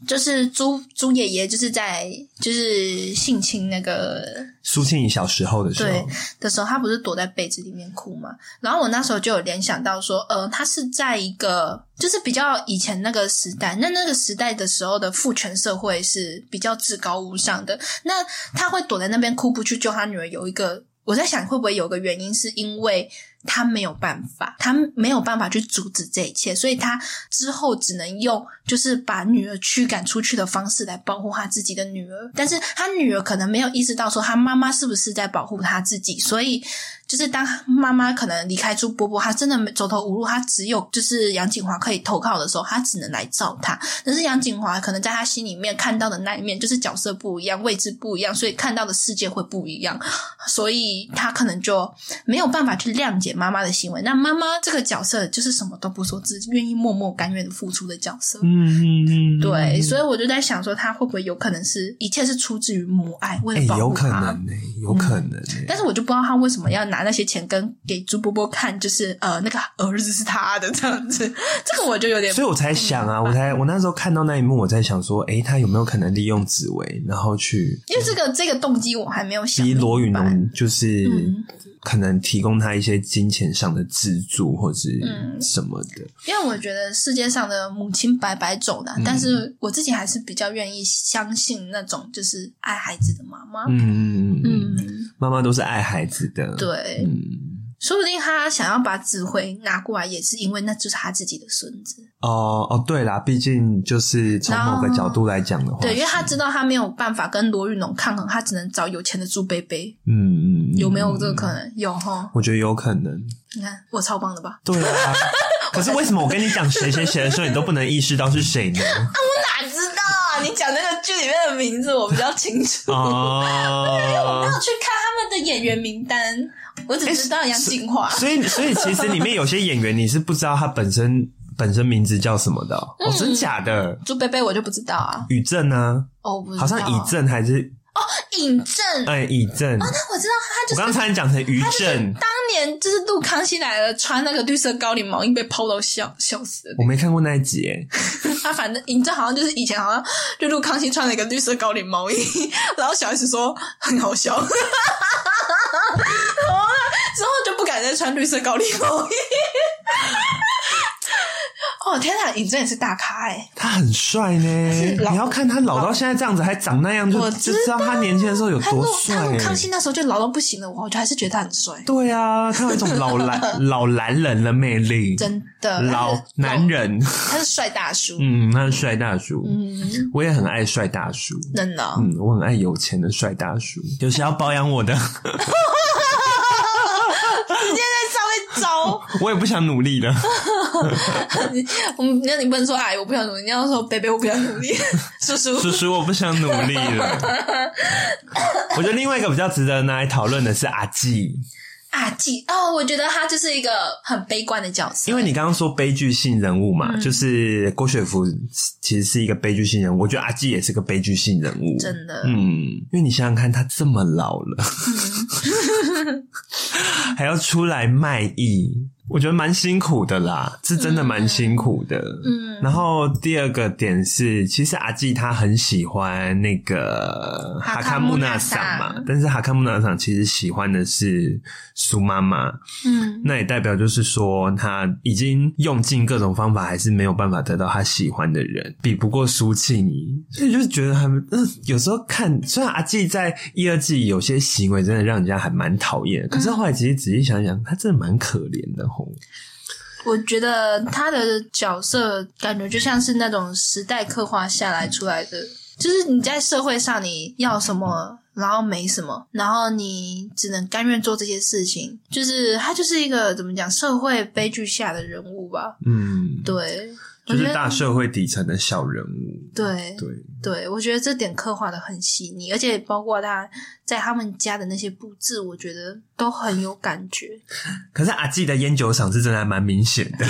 S1: 就是朱朱爷爷就是在就是性侵那个
S2: 苏庆怡小时候的时候
S1: 对，的时候，他不是躲在被子里面哭嘛？然后我那时候就有联想到说，呃，他是在一个就是比较以前那个时代，那那个时代的时候的父权社会是比较至高无上的，那他会躲在那边哭不去救他女儿，有一个。我在想，会不会有个原因，是因为他没有办法，他没有办法去阻止这一切，所以他之后只能用就是把女儿驱赶出去的方式来保护他自己的女儿。但是他女儿可能没有意识到说他妈妈是不是在保护他自己，所以就是当妈妈可能离开朱伯伯，他真的没走投无路，他只有就是杨景华可以投靠的时候，他只能来找他。但是杨景华可能在他心里面看到的那一面，就是角色不一样，位置不一样，所以看到的世界会不一样。所以他可能就没有办法去谅解妈妈的行为。那妈妈这个角色就是什么都不说，只愿意默默甘愿的付出的角色。
S2: 嗯嗯嗯，
S1: 对，所
S2: 以
S1: 以我就在想说，他会不会有可能是一切是出自于母爱，为
S2: 哎、
S1: 了保
S2: 有
S1: 护
S2: 可
S1: 他。
S2: 能呢、有可能欸呢、
S1: 但是我就不知道他为什么要拿那些钱跟给朱波波看，就是呃那个儿子是他的这样子，这个我就有点
S2: 所以我才想啊，我才我那时候看到那一幕，我在想说，诶、他有没有可能利用紫薇，然后去
S1: 因为这个这个动机我还没有想
S2: 逼
S1: 明白。
S2: 罗宇农就是
S1: 嗯
S2: 可能提供他一些金钱上的资助或是
S1: 嗯
S2: 什么的。
S1: 因为我觉得世界上的母亲百百种的，
S2: 嗯
S1: 但是我自己还是比较愿意相信那种就是爱孩子的妈妈。
S2: 嗯嗯嗯，
S1: 嗯，
S2: 妈妈都是爱孩子的。，
S1: 对，
S2: 嗯，
S1: 说不定他想要把指挥拿过来，也是因为那就是他自己的孙子。
S2: 哦哦，对啦，毕竟就是从某个角度来讲的话，
S1: 对，因为他
S2: 哦是
S1: 知道他没有办法跟罗玉农抗衡，他只能找有钱的朱贝贝。
S2: 嗯嗯，嗯
S1: 有没有这个可？能？有哈，
S2: 我觉得有可能。
S1: 你看我超棒的吧？
S2: 对啊，可是为什么我跟你讲谁谁谁的时候，你都不能意识到是 谁呢？
S1: 哪知道啊？你讲那个剧里面的名字，我比较清楚。
S2: 哦
S1: 我，有去看他们的演员名单，我只知道杨锦华。
S2: 所以，所以其实里面有些演员你是不知道他本身本身名字叫什么的哦？哦真假的？
S1: 猪贝贝我就不知道啊，
S2: 宇正呢？
S1: 哦，我不知道啊
S2: 好像以正还是
S1: 尹正，啊
S2: 哎以正？
S1: 那我知道他哦就
S2: 我
S1: 是
S2: 刚才讲成于
S1: 他就是
S2: 正，
S1: 当年就是录《康熙来了》，穿那个绿色高领毛衣被抛到笑笑死了。
S2: 我没看过那一集耶。
S1: 他反正尹正好像就是以前好像就录康熙穿了一个绿色高领毛衣，然后小 S 说很好笑，然后之后就不敢再穿绿色高领毛衣。哦天哪，尹正也是大咖哎、
S2: 他很帅呢
S1: 是，老
S2: 你要看他老到现在这样子，还长那样，就
S1: 我
S2: 就
S1: 知
S2: 知道他年轻的时候有
S1: 他录
S2: 多
S1: 他录
S2: 帅。欸
S1: 康熙 那时候就老到不行了，我还是觉得他很帅，
S2: 对啊，他有一种老男老男人的魅力，
S1: 真的
S2: 老男，人。
S1: 他是他是帅大叔，
S2: 嗯，他是帅大叔，
S1: 嗯，
S2: 我也很爱帅大叔。
S1: 真的哦、
S2: 嗯，我很爱有钱的帅大叔，有谁要包养我的，
S1: 直接在 上面
S2: 我也不想努力的。
S1: 招，嗯，那你不能说哎，我不想努力，你要说贝贝，我不想努力， 叔叔，
S2: 叔叔，我不想努力了。我觉得另外一个比较值得拿来讨论的是阿纪，
S1: 阿纪哦，我觉得他就是一个很悲观的角色，
S2: 因为你刚刚说悲剧性人物嘛，
S1: 嗯
S2: 就是郭雪芙其实是一个悲剧性人物，我觉得阿纪也是个悲剧性人物。
S1: 真的，
S2: 嗯，因为你想想看，他这么老了，
S1: 嗯
S2: 还要出来卖艺，我觉得蛮辛苦的啦，是真的蛮辛苦的。
S1: 嗯
S2: 然后第二个点是，其实阿纪他很喜欢那个
S1: 哈卡
S2: 哈卡
S1: 木
S2: 木
S1: 纳
S2: 纳
S1: 桑
S2: 桑嘛，但是哈卡木纳桑其实喜欢的是苏妈妈，
S1: 嗯
S2: 那也代表就是说，他已经用尽各种方法，还是没有办法得到他喜欢的人，比不过苏庆怡，所以就是觉得他们，呃，有时候看，虽然阿纪在一二季有些行为真的让人家还蛮讨厌，可是
S1: 嗯
S2: 后来其实仔细想想，他真的蛮可怜的吼。
S1: 我觉得他的角色感觉就像是那种时代刻画下来出来的，就是你在社会上你要什么，然后没什么，然后你只能甘愿做这些事情，就是他就是一个怎么讲社会悲剧下的人物吧，
S2: 嗯，
S1: 对，我
S2: 就
S1: 觉
S2: 是
S1: 得
S2: 大社会底层的小人物。
S1: 对
S2: 对，
S1: 对，我觉得这点刻画的很细腻，而且包括他在他们家的那些布置，我觉得都很有感觉。
S2: 可是阿纪的烟酒嗓是真的还蛮明显的。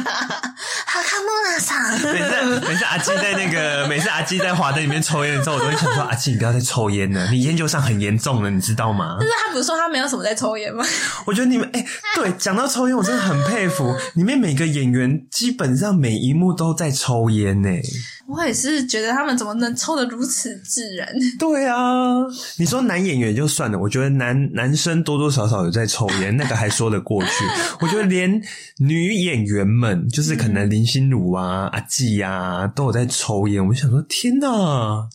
S1: 哈卡莫纳桑，
S2: 每次每次阿纪在那个每次阿纪在华灯里面抽烟的时候，我都会想说：阿纪，你不要再抽烟了，你烟酒嗓很严重了，你知道吗？
S1: 就是他不是说他没有什么在抽烟吗？
S2: 我觉得你们哎、对，讲到抽烟，我真的很 佩服里面每个演员，基本上每一幕都在抽烟呢、
S1: 我也是觉得他们怎么能抽的如此自然？
S2: 对啊，你说男演员就算了，我觉得男男生多多少少有在抽烟，那个还说 得过去。我觉得连女演员们，就是可能林心如啊、阿纪啊，都有在抽烟。我就想说，天哪，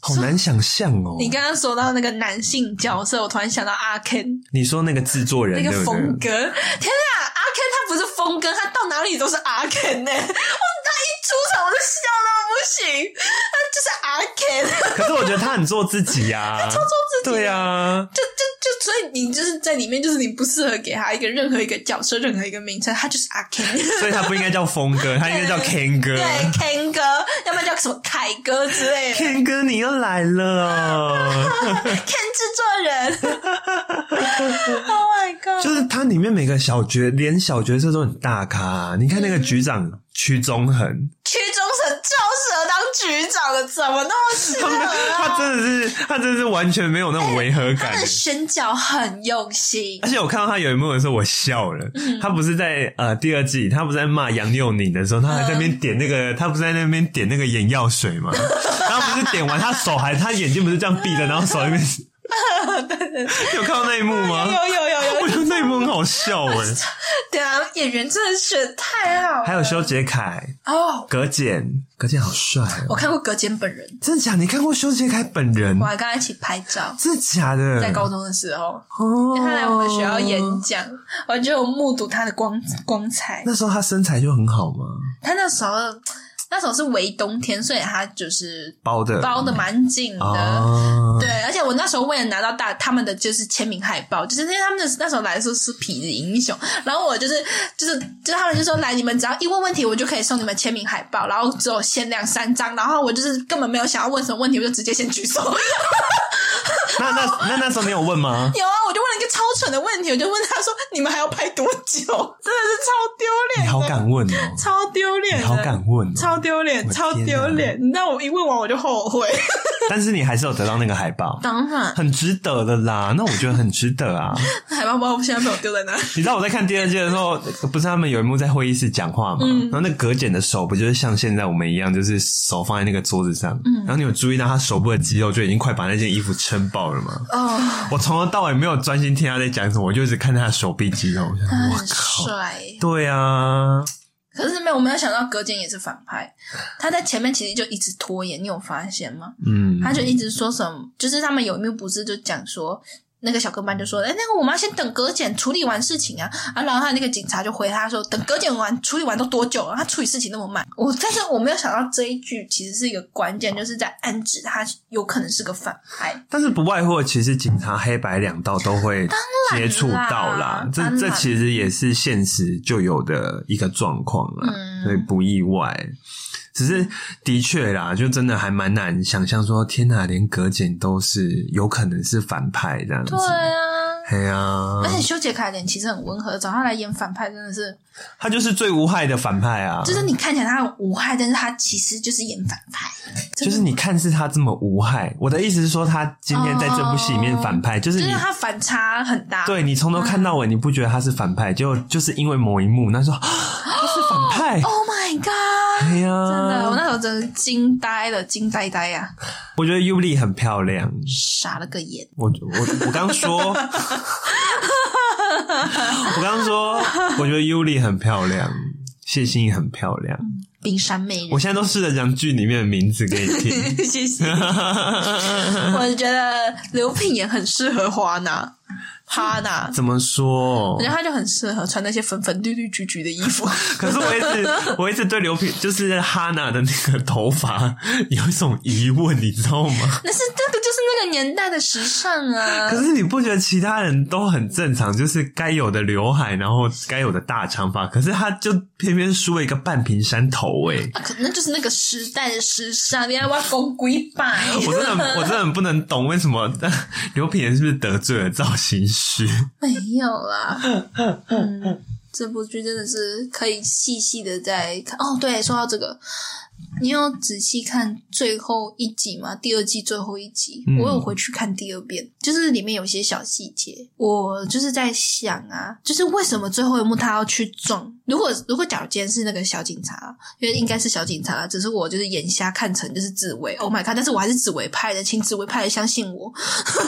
S2: 好难想象哦、
S1: 你刚刚说到那个男性角色，我突然想到阿 Ken
S2: 你说那个制作人
S1: 那个
S2: 对不
S1: 风格，
S2: 对？
S1: 天啊，阿 Ken 他不是风格，他到哪里都是阿 Ken 呢、我他一 出场我就笑到不行，他就是阿 Ken。
S2: 可是我觉得他很做自己呀、 啊，他超做
S1: 自己
S2: 对啊，
S1: 就就就，所以你就是在里面，就是你不适合给他一个任何一个角色，任何一个名称，他就是阿 Ken，
S2: 所以他不应该叫峰 哥，他应该叫 Ken 哥
S1: 对。Ken 哥，要不然叫什么凯哥之类的
S2: Ken 哥，你又来了！
S1: ，Ken 制 作人，Oh my god，
S2: 就是它里面每个小角，连小角色都很大咖、你看那个局长屈中 恒，
S1: 屈中成超适合当局长的，怎么那么适合啊？
S2: 他真的是，他真的是完全没有那种违和 感
S1: 他。的选角很用 心
S2: 而，且我看到他有一幕的时候，我笑了。
S1: 嗯
S2: 他不是在呃第二季，他不是在骂杨佑宁的时候，他还在那边点 那个，他不是在那边点那个眼药水吗？然后不是点完，他手还他眼睛不是这样闭着，然后手 那边。 有看到那一幕吗？
S1: 有有有有
S2: 我觉得那一幕很好笑哎、
S1: 对啊，演员真的选太好了，
S2: 还有修杰楷、
S1: 哦，
S2: 葛简，葛简好帅、
S1: 我
S2: 哦！
S1: 看过葛简本人，
S2: 真的假？你看过修杰楷本人
S1: 我？还跟他一起拍照，
S2: 真的假的？
S1: 在高中的时候。
S2: 哦，
S1: 他来我们学校演讲，我就有目睹他的光光彩。
S2: 那时候他身材就很好嘛，
S1: 他那时候，那时候是围冬天，所以他就是
S2: 包的
S1: 包的蛮紧的。
S2: 哦，
S1: 对，而且我那时候为了拿到大他们的就是签名海报，就是因为他们的那时候来的时候是痞子英雄，然后我就是就是就是他们就说来你们只要一问问题，我就可以送你们签名海报，然后只有限量三张，然后我就是根本没有想要问什么问题，我就直接先举手。
S2: 那那那那时候你有问吗？
S1: 有啊，我就问了
S3: 一个超蠢的问题，我就问他说：“你们还要拍多久？”真的是超丢脸
S2: 你
S3: 的，
S2: 好敢问哦，
S3: 超丢脸
S2: 你
S3: 的，
S2: 好敢问哦，
S3: 超丢脸，
S2: 我的
S3: 超
S2: 天
S3: 丢
S2: 哪
S3: 脸！你知道我一问完我就后悔，
S2: 但是你还是有得到那个海报，
S1: 当然，
S2: 很值得的啦。那我觉得很值得啊。
S3: 海报包现在被我丢在哪？
S2: 你知道我在看第二季的时候，不是他们有一幕在会议室讲话嘛？然后那葛简的手不就是像现在我们一样，就是手放在那个桌子上，然后你有注意到他手部的肌肉就已经快把那件衣服撑爆了吗？
S1: 哦，
S2: 我从头到尾没有专心听他在讲什么，我就一直看他的手臂肌肉。我想
S1: 他
S2: 说，我
S1: 很
S2: 靠！
S1: 帅。
S2: 对啊，
S1: 可是没有，我没有想到葛简也是反派。他在前面其实就一直拖延，你有发现吗？
S2: 嗯，
S1: 他就一直说什么，就是他们有一幕不是就讲说，那个小跟班就说，哎、那个我们要先等葛检处理完事情啊，啊，然后他那个警察就回他说，等葛检完处理完都多久啊？他处理事情那么慢，我但是我没有想到这一句其实是一个关键，就是在暗指他有可能是个反派。
S2: 但是不外乎其实警察黑白两道都会
S1: 然啦
S2: 接触到啦，
S1: 当
S2: 这
S1: 然
S2: 这其实也是现实就有的一个状况啦，
S1: 嗯
S2: 所以不意外。只是的确啦，就真的还蛮难想象说，天哪，连葛简都是有可能是反派这样子
S1: 对。啊。
S2: 哎呀
S1: 而，且修杰楷脸其实很温和，找他来演反派真的是，
S2: 他就是最无害的反派啊！
S1: 就是你看起来他很无害，但是他其实就是演反派。真的
S2: 就是你看似他这么无害，我的意思是说，他今天在这部戏里面
S1: 哦
S2: 反派，就是
S1: 就是
S2: 你
S1: 他反差很大。
S2: 对你从头看到尾，你不觉得他是反 派，结果就是因为某一幕，那时候 他是反派，
S1: ，Oh my god！
S2: 哎呀，
S1: 真的，我那时候真的惊呆了，惊呆呆呀、啊，
S2: 我觉得 Yuli 很漂亮，
S1: 傻了个眼。
S2: 我我我刚说， 我刚说，我觉得 Yuli 很漂亮，谢欣也很漂亮，
S1: 冰山美
S2: 我
S1: 人，
S2: 现在都试着讲剧里面的名字给你 听。
S1: 谢 谢。我觉得刘品言很适合花娜，哈娜，
S2: 怎么说
S1: 我觉？得她就很适合穿那些粉粉绿绿橘橘的衣 服。
S2: 可是我一直我一直对刘品就是哈娜的那个头发有一种疑问，你知道吗？
S1: 那是这个就是那个年代的时尚啊。
S2: 可是你不觉得其他人都很正常，就是该有的刘海，然后该有的大长发，可是他就偏偏梳了一个半平山 头、欸，
S1: 啊可能就是那个时代的时尚，你要挖公鬼百，
S2: 我真的我真的很不能懂为什么刘品言是不是得罪了造型师？
S1: 没有啦。嗯，这部剧真的是可以细细的在看。哦，对，说到这个，你有仔细看最后一集吗？第二季最后一集，
S2: 嗯
S1: 我有回去看第二遍，就是里面有一些小细节，我就是在想啊，就是为什么最后一幕他要去撞？如果如果假如今天是那个小警察，因为应该是小警察，只是我就是眼瞎看成就是紫薇，Oh my god！但是我还是紫薇派的，请紫薇派的相信我。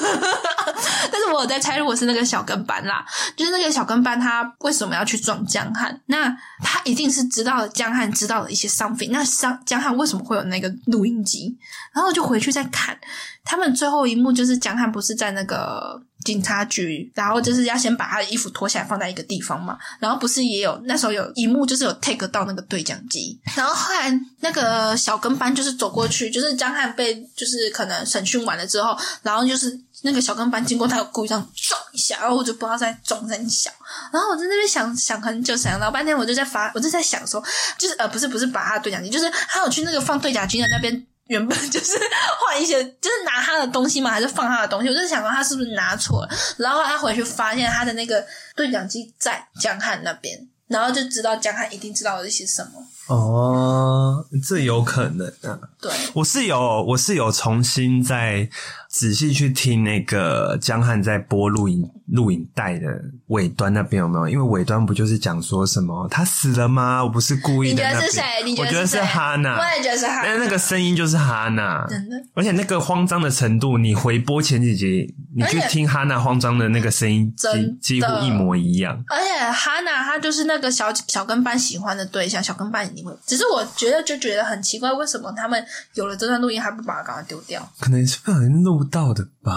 S1: 但是我有在猜，如果是那个小跟班啦，就是那个小跟班他为什么要去撞江汉？那他一定是知道江汉知道了一些 something。那江江汉为什么会有那个录音机？然后我就回去再看他们最后一幕，就是江汉不是在那个警察局，然后就是要先把他的衣服脱下来放在一个地方嘛。然后不是也有那时候有一幕就是有 take 到那个对讲机，然后后来那个小跟班就是走过去，就是江汉被就是可能审讯完了之后，然后就是那个小跟班经过他有故意这样撞一下，然后我就不知道在撞三小，然后我在那边想想很久，想老半天，我就在发，我就在想说，就是呃不是不是把他的对讲机，就是他有去那个放对讲机的那边。原本 就是换一些，就是拿他的东西嘛，还是放他的东西？我就想说他是不是拿错了，然后他回去发现他的那个对讲机在江汉那边，然后就知道江汉一定知道了一些什么。
S2: 哦，这有可能啊！
S1: 对，
S2: 我是有我是有重新再仔细去听那个江汉在播录影录影带的尾端那边有没有？因为尾端不就是讲说什么他死了吗？我不是故意
S1: 你
S2: 的
S1: 觉
S2: 那
S1: 得
S2: 边。
S1: 是谁？你
S2: 我
S1: 得
S2: 得是
S1: 谁
S2: 哈娜。
S1: 我也觉得是哈娜
S2: 但。是那个声音就是哈娜，
S1: 真的，
S2: 而且那个慌张的程度，你回播前几集，你去
S1: 而且
S2: 听哈娜慌张的那个声音，
S1: 真的
S2: 几几乎一模一样。
S1: 而且哈娜她就是那个小小跟班喜欢的对象，小跟班一定会。只是我觉得就觉得很奇怪，为什么他们有了这段录音还不把它赶快丢掉？
S2: 可能是不小心录到的吧。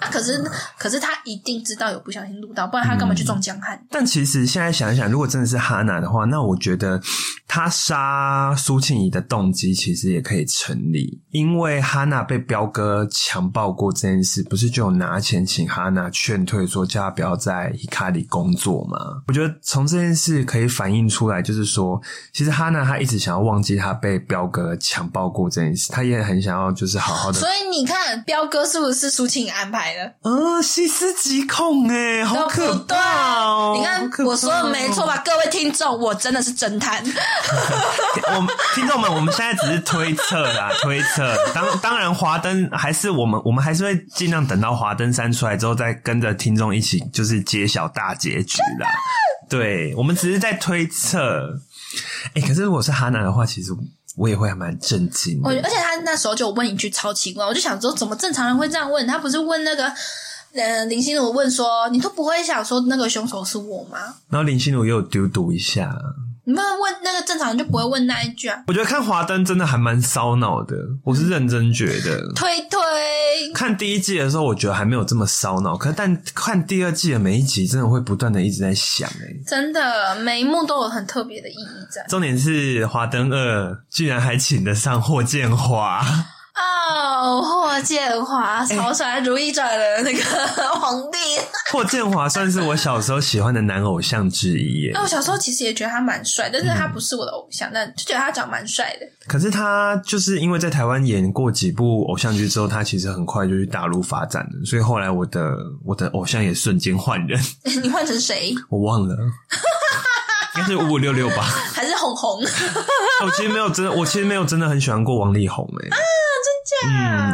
S1: 啊，可是可是他一定知道有不小心录到，不然他干
S2: 嗯
S1: 嘛去撞江汉？
S2: 但其实现在想一想，如果真的是哈娜的话，那我觉得她杀苏庆怡的动机其实也可以成立，因为哈娜被彪哥强暴过这件事，不是就有拿钱请哈娜劝退，说叫她不要在伊卡里工作吗？我觉得从这件事可以反映出来，就是说，其实哈娜她一直想要忘记她被彪哥强暴过这件事，她也很想要就是好好的
S1: 所以你看，彪哥是不是苏庆安排的，
S2: 呃，细思极恐哎，好
S1: 都
S2: 可
S1: 不对
S2: 怕哦！
S1: 你
S2: 好
S1: 看
S2: 可怕哦
S1: 我说的没错？吧，各位听众，我真的是侦探。
S2: 我们听众们，我们现在只是推测啦，推测。当当然，华灯还是我们，我们还是会尽量等到华灯三出来之后，再跟着听众一起就是揭晓大结局啦。对，我们只是在推测。哎、可是如果是哈娜的话，其实我也会还蛮震惊的。
S1: 我而且他那时候就问一句超奇怪，我就想说，怎么正常人会这样问？他不是问那个，呃，林心如问说，你都不会想说那个凶手是我吗？
S2: 然后林心如也有丢毒一下，
S1: 你们问那个正常人就不会问那一句啊，
S2: 我觉得看华灯真的还蛮烧脑的，我是认真觉得。
S1: 推推。
S2: 看第一季的时候，我觉得还没有这么烧脑，可但看第二季的每一集，真的会不断的一直在想、欸，
S1: 真的，每一幕都有很特别的意义在
S2: 重点是《华灯二》居然还请得上霍建华，
S1: 哦。霍建华超帅，《如懿传》的那个 皇帝。
S2: 霍建华算是我小时候喜欢的男偶像之一耶
S1: 哎那。我小时候其实也觉得他蛮帅，但是他不是我的偶像，但就觉得他长蛮帅的。
S2: 可是他就是因为在台湾演过几部偶像剧之后，他其实很快就去大陆发展了，所以后来我的我的偶像也瞬间换人，
S1: 你换成谁？
S2: 我忘了， 应该是五五六六吧。
S1: 还是红红？
S2: 我其实没有真的，我其实没有真的很喜欢过王力宏诶、啊，真假？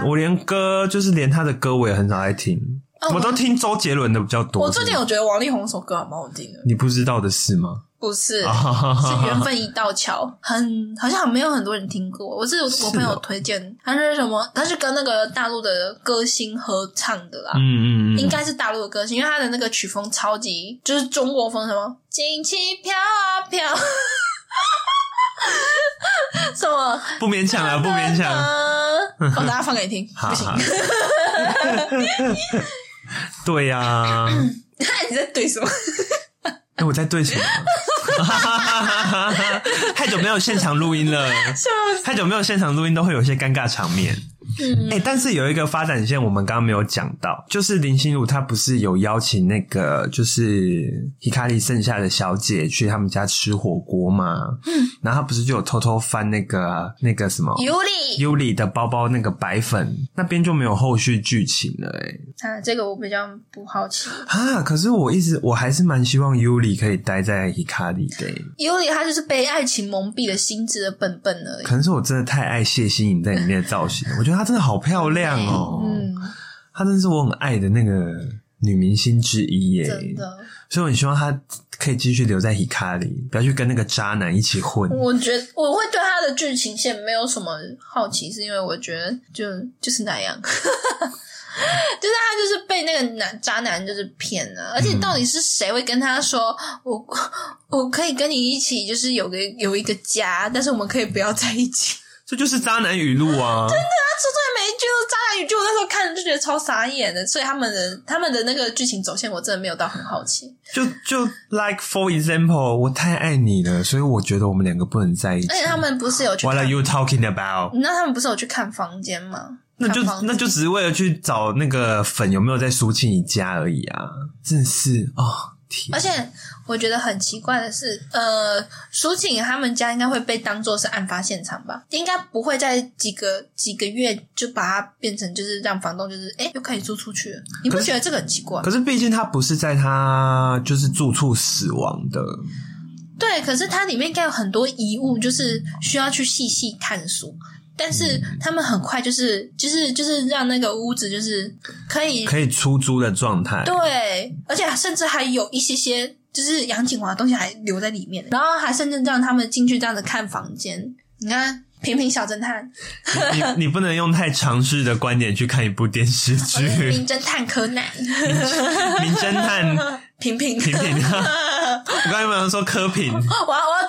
S2: 嗯，我连歌就是连他的歌我也很少爱听，
S1: 哦
S2: 我都听周杰伦的比较多。
S1: 我最近有觉得王力宏首歌还蛮好听的，
S2: 你不知道的事吗？
S1: 不是？是缘
S2: 啊，
S1: 分一道桥，很好像没有很多人听过。我是哦我朋友推荐，他是什么？他是跟那个大陆的歌星合唱的啦，
S2: 嗯嗯嗯，
S1: 应该是大陆的歌星，因为他的那个曲风超级就是中国风，什么锦旗飘啊飘， 什么
S2: 不勉强啊了，不勉 强。
S1: 我、哦、大家放给你听，
S2: 好
S1: 不行，
S2: 好 对呀、
S1: 你在对什么？
S2: 哎、我在对什么？ 太久没有现场录音了，太久没有现场录音，都会有一些尴尬场面。
S1: 嗯
S2: 哎、但是有一个发展线，我们刚刚没有讲到，就是林心如她不是有邀请那个就是希卡里剩下的小姐去他们家吃火锅吗？嗯，然后她不是就有偷偷翻那个那个什么
S1: 尤里
S2: 尤里的包包那个白粉那边就没有后续剧情了、欸，
S1: 啊，这个我比较不好奇。
S2: 啊，可是我一直我还是蛮希望尤里可以待在希卡里的、欸
S1: 尤里他就是被爱情蒙蔽了心智的笨笨而已。
S2: 可能是我真的太爱谢欣颖在里面的造型了，我觉得她真的好漂亮哦、
S1: 嗯，
S2: 她真的是我很爱的那个女明星之一耶、
S1: 真的，
S2: 所以我很希望她可以继续留在 Hikari，不要去跟那个渣男一起混。
S1: 我觉得我会对他的剧情线没有什么好奇，是因为我觉得就就是那样， 就是他就是被那个男渣男就是骗了，而且到底是谁会跟他说、我我可以跟你一起，就是有个有一个家，但是我们可以不要在一起。
S2: 这就是渣男语录啊！
S1: 他说出来每一句都是渣男语句，我那时候看就觉得超傻眼的，所以他们的他们的那个剧情走线，我真的没有到很好奇。
S2: 就就 like for example，我太爱你了，所以我觉得我们两个不能在一起
S1: 而。且他们不是有去
S2: What are
S1: 看，
S2: you talking about？
S1: 那他们不是有去看房间吗？
S2: 那就
S1: 看房子
S2: 那就只是为了去找那个粉有没有在苏庆怡家而已啊！真是哦，天
S1: 而！且我觉得很奇怪的是，呃，苏锦他们家应该会被当做是案发现场吧，应该不会在几个几个月就把它变成就是让房东就是哎、诶又可以租出去了，你不
S2: 可是
S1: 觉得这个很奇怪？
S2: 可是毕竟他不是在他就是住处死亡的，
S1: 对，可是它里面应该有很多遗物，就是需要去细细探索。但是
S2: 嗯
S1: 他们很快就是就是就是让那个屋子就是可以
S2: 可以出租的状态。
S1: 对，而且甚至还有一些些就是杨景华的东西还留在里面，然后还甚至让他们进去这样子看房间。你看，平平小侦探，
S2: 你你不能用太尝试的观点去看一部电视
S1: 我
S2: 剧。
S1: 是名侦探柯南，
S2: 名 侦探
S1: 平平，
S2: 平平啊，我刚才有说柯 平，
S1: 我要我要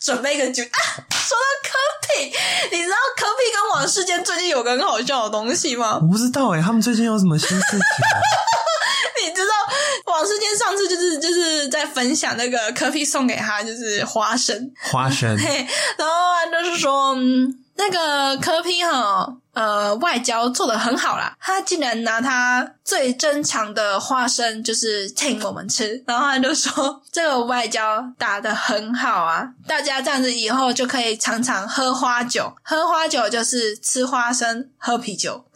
S1: 准备一个酒啊！说到柯品，你知道柯品跟王世坚最近有个很好笑的东西吗？
S2: 我不知道哎、他们最近有什么新事情啊？
S1: 你知道王世坚上次就是就是在分享那个柯品送给他就是花生，
S2: 花生
S1: 嘿，然后他就是说，嗯，那个科批哈，呃，外交做的很好啦，他竟然拿他最珍藏的花生就是请我们吃，然后他就说这个外交打的很好啊，大家这样子以后就可以常常喝 花酒，喝花酒就是吃花生，喝啤酒。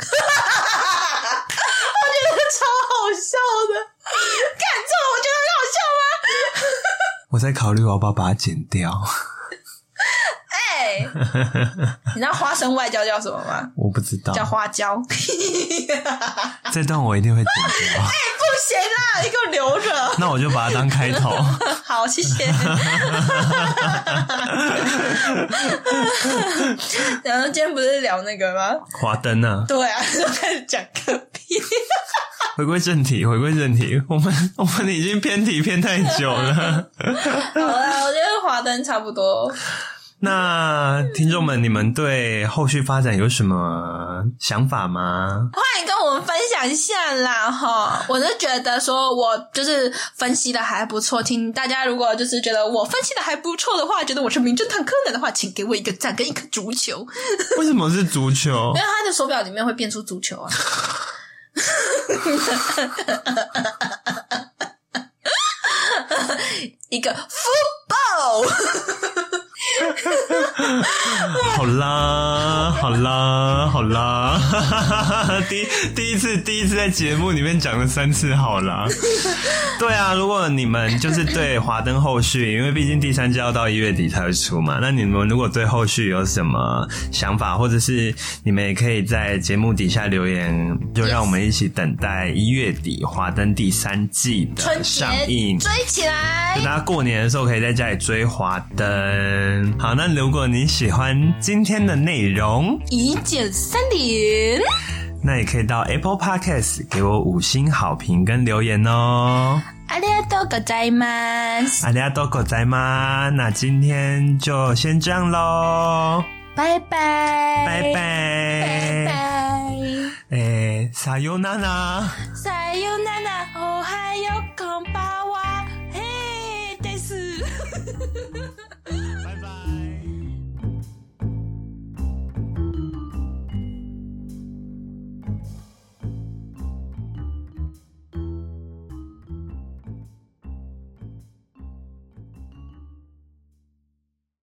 S3: 好笑的，看这我觉得很好笑吗？
S2: 我在考虑我要不要把它剪掉，
S3: 哎、
S1: 欸
S3: 你知道花生外焦叫什么吗？
S2: 我不知道。
S3: 叫花 椒。不
S2: 这段我一定会剪 掉，
S3: 行啦，你给我留着。
S2: 那我就把它当开 头。
S3: 好，谢谢。然后今天不是聊那个吗？
S2: 华灯啊，
S3: 对啊，就开始讲个屁。
S2: 回归正题，回归正题， 我们我们已经偏题偏太久了。
S3: 好啦，我觉得华灯差不多。
S2: 那听众们，你们对后续发展有什么想法吗？
S1: 欢迎跟我们分享一下啦，哈！我是觉得说，我就是分析的还不错，听大家如果就是觉得我分析的还不错的话，觉得我是名侦探柯南的话，请给我一个赞跟一颗足球，
S2: 为什么是足球
S1: 因为？他的手表里面会变出足球啊。 一个 football，
S2: 好啦，好啦，好啦！ 第一第一次第一次在节目里面讲了三次，好啦。对啊，如果你们就是对华灯后续，因为毕竟第三季要到一月底才会出嘛，那你们如果对后续有什么想法，或者是你们也可以在节目底下留言，就让我们一起等待一月底华灯第三季
S1: 春节
S2: 的上映。
S1: 追起来
S2: 就！大家过年的时候可以在家里追华灯。好，那如果你喜欢今天的内容，
S1: 一键三连，
S2: 那也可以到 Apple Podcast 给我五星好评跟留言哦。
S1: ありがとうございます，
S2: 阿里阿多狗仔吗？那今天就先这样喽，
S1: 拜拜，
S2: 拜
S1: 拜
S2: 拜。
S1: 拜。
S2: 哎，撒尤娜娜。
S1: さよなら、おはよう、こんばんは。